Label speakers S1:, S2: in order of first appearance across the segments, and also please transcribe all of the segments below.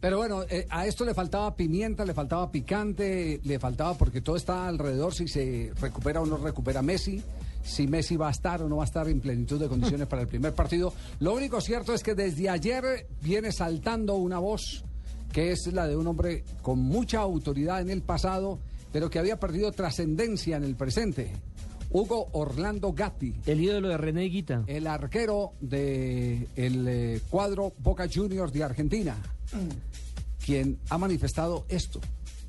S1: Pero bueno, eh, a esto le faltaba pimienta, le faltaba picante, le faltaba porque todo está alrededor, si se recupera o no recupera Messi, si Messi va a estar o no va a estar en plenitud de condiciones para el primer partido. Lo único cierto es que desde ayer viene saltando una voz que es la de un hombre con mucha autoridad en el pasado, pero que había perdido trascendencia en el presente. Hugo Orlando Gatti,
S2: El ídolo de René Guita.
S1: el arquero del cuadro Boca Juniors de Argentina, quien ha manifestado esto.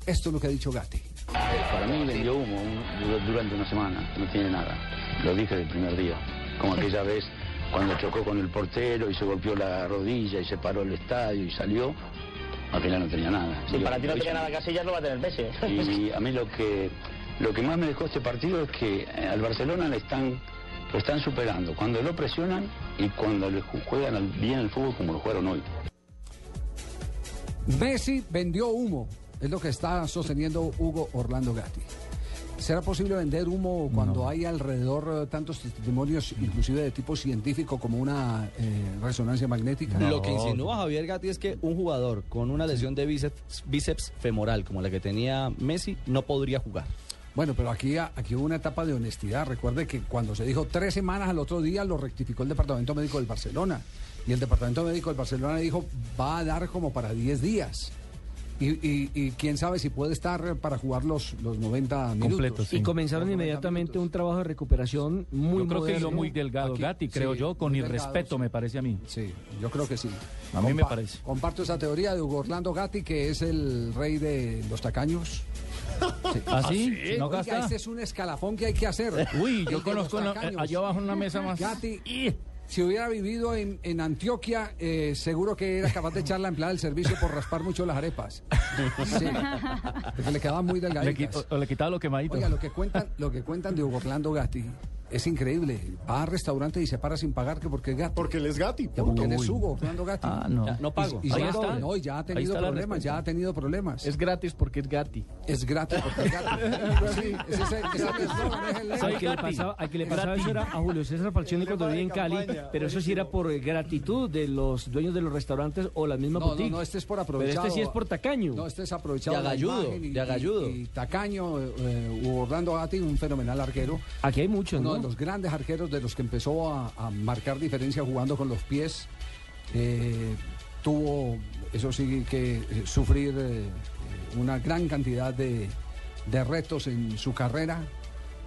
S1: Esto es lo que ha dicho Gatti.
S3: Para mí vendió humo un- du- durante una semana, no tiene nada. Lo dije del primer día. Como aquella vez cuando chocó con el portero y se golpeó la rodilla y se paró el estadio y salió, aquella no tenía nada.
S4: Si
S3: Yo-
S4: para ti no
S3: hoy
S4: tenía
S3: ya-
S4: nada Casillas, lo va a tener Messi.
S3: Y a mí lo que, lo que más me dejó este partido es que eh, al Barcelona le están, lo están superando. Cuando lo presionan y cuando le ju- juegan al- bien el fútbol como lo jugaron hoy.
S1: Messi vendió humo, es lo que está sosteniendo Hugo Orlando Gatti. ¿Será posible vender humo cuando hay alrededor eh, tantos testimonios, inclusive de tipo científico, como una eh, resonancia magnética?
S5: Lo que insinúa Javier Gatti es que un jugador con una lesión de bíceps, bíceps femoral como la que tenía Messi no podría jugar.
S1: Bueno, pero aquí, aquí hubo una etapa de honestidad. Recuerde que cuando se dijo tres semanas al otro día, lo rectificó el Departamento Médico del Barcelona. Y el Departamento Médico del Barcelona dijo, va a dar como para 10 días. Y, y- y quién sabe si puede estar para jugar los, los 90 minutos.
S6: Completos, sí.
S2: Y comenzaron
S1: Los 90
S2: inmediatamente
S1: minutos.
S2: un trabajo de recuperación muy
S6: yo creo que
S2: moderno.
S6: lo muy delgado,
S1: Aquí,
S6: Gatti, creo
S1: sí,
S6: yo, con
S1: muy delgado,
S6: irrespeto,
S1: sí.
S6: me parece a mí.
S1: Sí, yo creo que sí.
S6: A mí me parece.
S1: Comparto esa teoría de Hugo Orlando Gatti, que es el rey de los tacaños.
S6: ¿Así? ¿Ah, ¿No
S1: Ah, Oiga,
S6: gasta?
S1: este es un escalafón que hay que hacer.
S6: Uy,
S1: El
S6: yo
S1: de
S6: conozco
S1: los
S6: una-
S1: tacaños.
S6: allá abajo una mesa más.
S1: Gatti.
S6: ¡Ih!
S1: Si hubiera vivido en, en Antioquia, eh, seguro que era capaz de echar la empleada del servicio por raspar mucho las arepas. Sí, porque le quedaban muy
S6: Le, quito-
S1: delgaditas.
S6: o le quitaba lo quemadito.
S1: Oiga, lo que cuentan, lo que cuentan de Hugo Orlando Gatti es increíble. Va a restaurantes y se para sin pagar que porque es Gatti.
S7: Porque él es Gatti.
S1: Porque
S6: Uy.
S1: él es Hugo Orlando Gatti.
S6: Ah, no.
S5: Ya, no pago.
S1: Y ya,
S6: Ahí
S1: no,
S6: está.
S1: no, y ya ha
S6: Ahí
S1: tenido
S6: está la
S1: problemas, ya
S6: respuesta.
S1: ha tenido problemas.
S5: Es
S1: Es,
S5: gratis porque es Gatti.
S1: gratis porque es gratis. Sí, ese es el- ese es el eslogan, es el lema.
S6: Soy
S2: Al que, le
S6: Gatti.
S2: pasaba, al que le pasaba eso era a Julio César Falcioni cuando vivía en Cali, pero eso sí era por eh, gratitud de los dueños de los restaurantes o la misma
S1: No, no,
S2: boutique.
S1: no, este es por
S2: Pero
S1: aprovechado.
S2: este sí es por tacaño.
S1: No, este es aprovechado.
S5: De
S1: la
S5: agalludo,
S1: imagen
S5: de agalludo.
S1: Y, y tacaño, eh, eh, Hugo Orlando Gatti, un fenomenal arquero.
S2: Aquí hay muchos,
S1: Uno
S2: ¿no?
S1: de los grandes arqueros de los que empezó a, a marcar diferencia jugando con los pies. Eh, tuvo, eso sí, que eh, sufrir eh, una gran cantidad de, de retos en su carrera.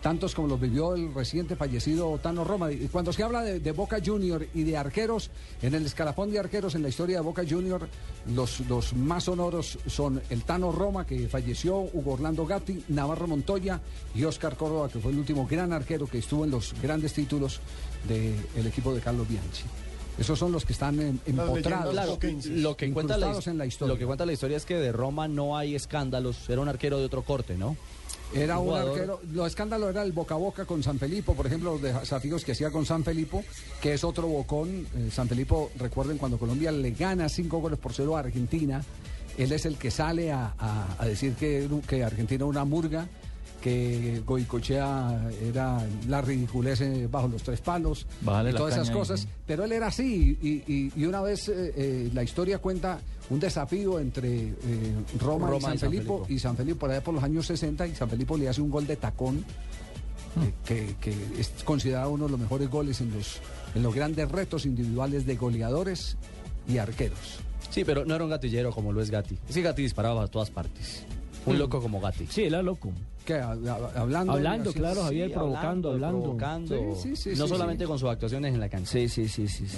S1: Tantos como los vivió el reciente fallecido Tano Roma. Y cuando se habla de, de Boca Junior y de arqueros, en el escalafón de arqueros en la historia de Boca Junior, los, los más sonoros son el Tano Roma, que falleció, Hugo Orlando Gatti, Navarro Montoya y Oscar Córdoba, que fue el último gran arquero que estuvo en los grandes títulos del equipo de Carlos Bianchi. Esos son los que están em-
S7: Las
S1: empotrados.
S7: leyendas
S5: Claro,
S7: Boquenses.
S5: lo que, cuenta la,
S1: Incrustados en la historia.
S5: lo que cuenta la historia es que de Roma no hay escándalos, era un arquero de otro corte, ¿no?
S1: Era un
S5: jugador.
S1: arquero. Lo escándalo era el boca a boca con San Felipo, por ejemplo, los desafíos que hacía con San Felipo, que es otro bocón. Eh, San Felipo, recuerden, cuando Colombia le gana cinco goles por cero a Argentina, él es el que sale a, a- a decir que, que Argentina era una murga, que Goicochea era la ridiculez eh, bajo los tres palos
S6: Bájale
S1: y
S6: la
S1: todas esas
S6: caña ahí,
S1: cosas.
S6: sí.
S1: Pero él era así y, y- y una vez eh, eh, la historia cuenta un desafío entre eh, Roma, y San, Felipo, y San Felipe por allá por los años 60 y San Felipe le hace un gol de tacón eh, que, que es considerado uno de los mejores goles en los, en los grandes retos individuales de goleadores y arqueros.
S5: Sí, pero no era un gatillero como lo es Gatti. Sí, Gatti disparaba a todas partes.
S1: Mm.
S5: Un loco como Gatti.
S2: Sí, era loco.
S1: Que ha- ha- hablando,
S2: Hablando,
S1: así-
S2: claro, Javier,
S5: Sí,
S2: provocando, hablando.
S5: provocando.
S1: Sí, sí, sí,
S5: no
S1: sí,
S5: solamente
S1: sí.
S5: con sus actuaciones en la cancha.
S2: Sí, sí, sí, sí. sí.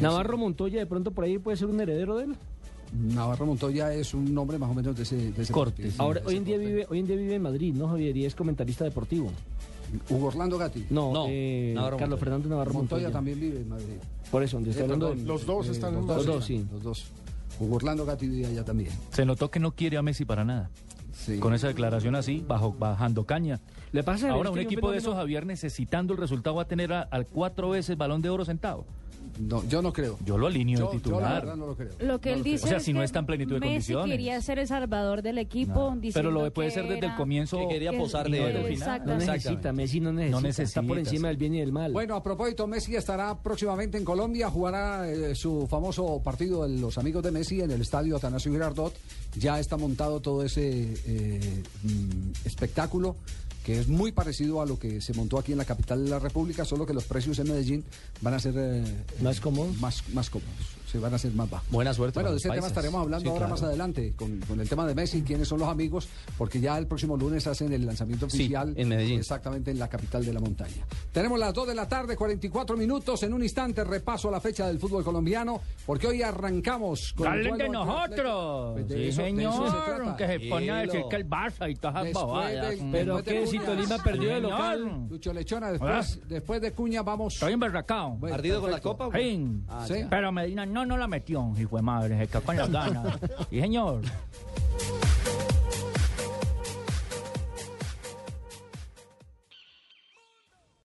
S2: Navarro Montoya, de pronto por ahí puede ser un heredero de él.
S1: Navarro Montoya es un nombre más o menos de ese, de ese
S6: Corte,
S1: perfil,
S2: Ahora,
S1: de ese
S2: hoy en, día
S1: corte.
S2: vive, hoy en día vive en Madrid, ¿no, Javier? Y es comentarista deportivo.
S1: Hugo Orlando Gatti.
S2: No,
S5: No,
S2: eh,
S5: Navarro
S2: Carlos
S5: Montoya.
S2: Fernando Navarro Montoya.
S1: Montoya también vive en Madrid.
S2: Por eso, donde está
S1: Eh,
S2: hablando
S1: perdón,
S2: de-
S7: Los dos están en
S1: los dos,
S2: Madrid.
S1: están,
S2: Sí.
S1: los dos. Hugo Orlando Gatti vive allá también.
S6: Se notó que no quiere a Messi para nada.
S1: Sí.
S6: Con esa declaración así, bajo, bajando caña.
S2: Le pasa a Javier
S6: Ahora
S2: que
S6: un
S2: pues, hay
S6: equipo de
S2: fenómeno-
S6: esos, Javier, necesitando el resultado, va a tener a- al cuatro veces balón de oro sentado.
S1: No, yo no creo.
S6: Yo lo alineo de
S1: Yo, yo la
S6: titular.
S1: verdad no lo creo.
S4: Lo que
S1: No
S4: él
S1: creo.
S4: dice
S6: O sea,
S4: es
S6: si no
S4: que
S6: está en plenitud de
S4: Messi
S6: condiciones.
S4: quería ser el salvador del equipo
S6: Pero
S4: diciendo
S6: lo puede
S4: que
S6: ser desde el
S4: era-
S6: comienzo.
S5: que quería posar de
S4: Exacto.
S5: héroe.
S6: Ah,
S2: No
S4: Exactamente.
S2: necesita, Messi no necesita. Está por
S6: necesitas.
S2: encima del bien y del mal.
S1: Bueno, a propósito, Messi estará próximamente en Colombia, jugará eh, su famoso partido de los amigos de Messi en el estadio Atanasio Girardot. Ya está montado todo ese eh, mm, espectáculo que es muy parecido a lo que se montó aquí en la capital de la República, solo que los precios en Medellín van a ser eh,
S2: ¿Más cómodos?
S1: más, más cómodos, se van a ser más bajos.
S5: Buena suerte
S1: Bueno,
S5: para
S1: de
S5: los
S1: ese tema
S5: paisas.
S1: estaremos hablando
S5: Sí,
S1: ahora
S5: claro.
S1: más adelante con, con el tema de Messi, quiénes son los amigos, porque ya el próximo lunes hacen el lanzamiento
S5: Sí,
S1: oficial
S5: en Medellín.
S1: Exactamente en la capital de la montaña. Tenemos las 2 de la tarde, 44 minutos. En un instante repaso la fecha del fútbol colombiano, porque hoy arrancamos con el
S6: Calen de
S1: duelo entre Atlético-
S6: nosotros.
S1: Pues de
S6: sí,
S1: eso- de eso se
S6: señor.
S1: trata.
S6: que se pone a decir
S5: Tranquilo.
S6: que el Barça y todas esas
S1: Después
S6: bobadas.
S1: del-
S6: Mm.
S2: Pero
S1: después de
S2: qué si
S1: Cuñas.
S2: Tolima perdió de
S6: Señor.
S2: local.
S1: Lucho Lechona, después,
S6: Hola.
S1: después de Cuña vamos...
S6: Estoy embarracado.
S1: Bueno,
S5: ¿Ardido con la
S1: perfecto.
S5: copa? güey?
S6: Sí.
S5: Ah,
S1: Sí.
S5: ya.
S6: Pero Medina no, no la metió, hijo de madre, se quedó con las ganas. Y señor,